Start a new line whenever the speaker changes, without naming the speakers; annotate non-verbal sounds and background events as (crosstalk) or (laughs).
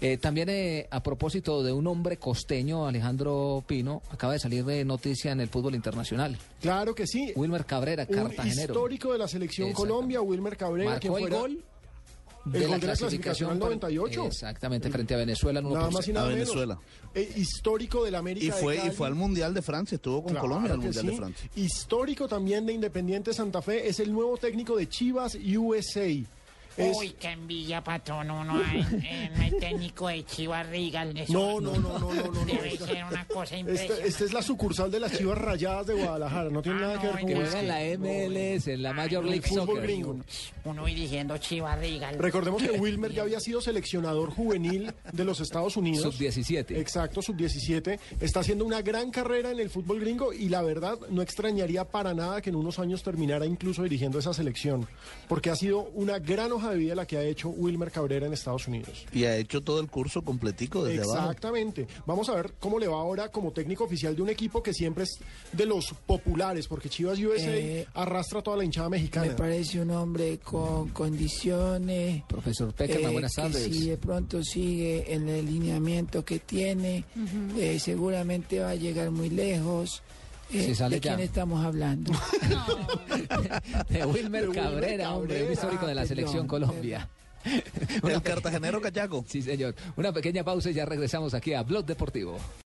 Eh, también eh, a propósito de un hombre costeño, Alejandro Pino, acaba de salir de noticia en el fútbol internacional.
Claro que sí.
Wilmer Cabrera,
Un
cartagenero.
histórico de la selección
Exacto.
Colombia, Wilmer Cabrera,
Marcó
quien
el
fuera
gol
el gol de la clasificación al
para-
98.
Exactamente, frente a Venezuela. en 1
nada
por
más y
cero.
nada
A
menos.
Venezuela.
Eh, histórico de la América
Y
de
fue, y
Cali.
fue al Mundial de Francia, estuvo con
Claro
Colombia al
que
Mundial
sí.
de Francia.
Histórico también de Independiente Santa Fe, es el nuevo técnico de Chivas USA. Es-
Uy, qué envidia, patrón. Uno
(laughs)
hay, eh, no hay técnico de Chivas Regal. eso
No, no, no, no, no,
(laughs)
no, no.
Debe ser una cosa
Esta,
impresionante.
esta es la sucursal de las Chivas Rayadas de Guadalajara, no tiene
Ah,
nada que
no,
ver
Que
con
venga,
juega en la MLS, en la Major
Ay,
League
el fútbol
Soccer.
gringo.
Uno y diciendo Chivas Regal.
Recordemos que Wilmer ya había sido seleccionador juvenil de los Estados Unidos.
Sub-17.
Exacto, sub-17. Está haciendo una gran carrera en el fútbol gringo y la verdad no extrañaría para nada que en unos años terminara incluso dirigiendo esa selección, porque ha sido una gran hoja de vida la que ha hecho Wilmer Cabrera en Estados Unidos.
Y ha hecho todo el curso completico
Pues
desde abajo.
Exactamente. Vamos a ver cómo le va ahora como técnico oficial de un equipo que siempre es de los populares, porque Chivas USA
Eh,
arrastra toda la hinchada
Me
mexicana.
parece un hombre con condiciones.
Profesor Peckerman,
eh,
buenas
que
tardes.
Si de pronto sigue en el lineamiento que tiene, eh, seguramente va a llegar muy lejos. Eh,
Si sale
¿De
ya.
quién estamos
(laughs)
hablando?
(laughs) de Wilmer
Wilmer
Cabrera, hombre, un
Cabrera.
histórico de la
Ah,
selección
perdón,
Colombia.
(laughs) El cartagenero cachaco.
Sí, señor. Una pequeña pausa y ya regresamos aquí a Blog Deportivo.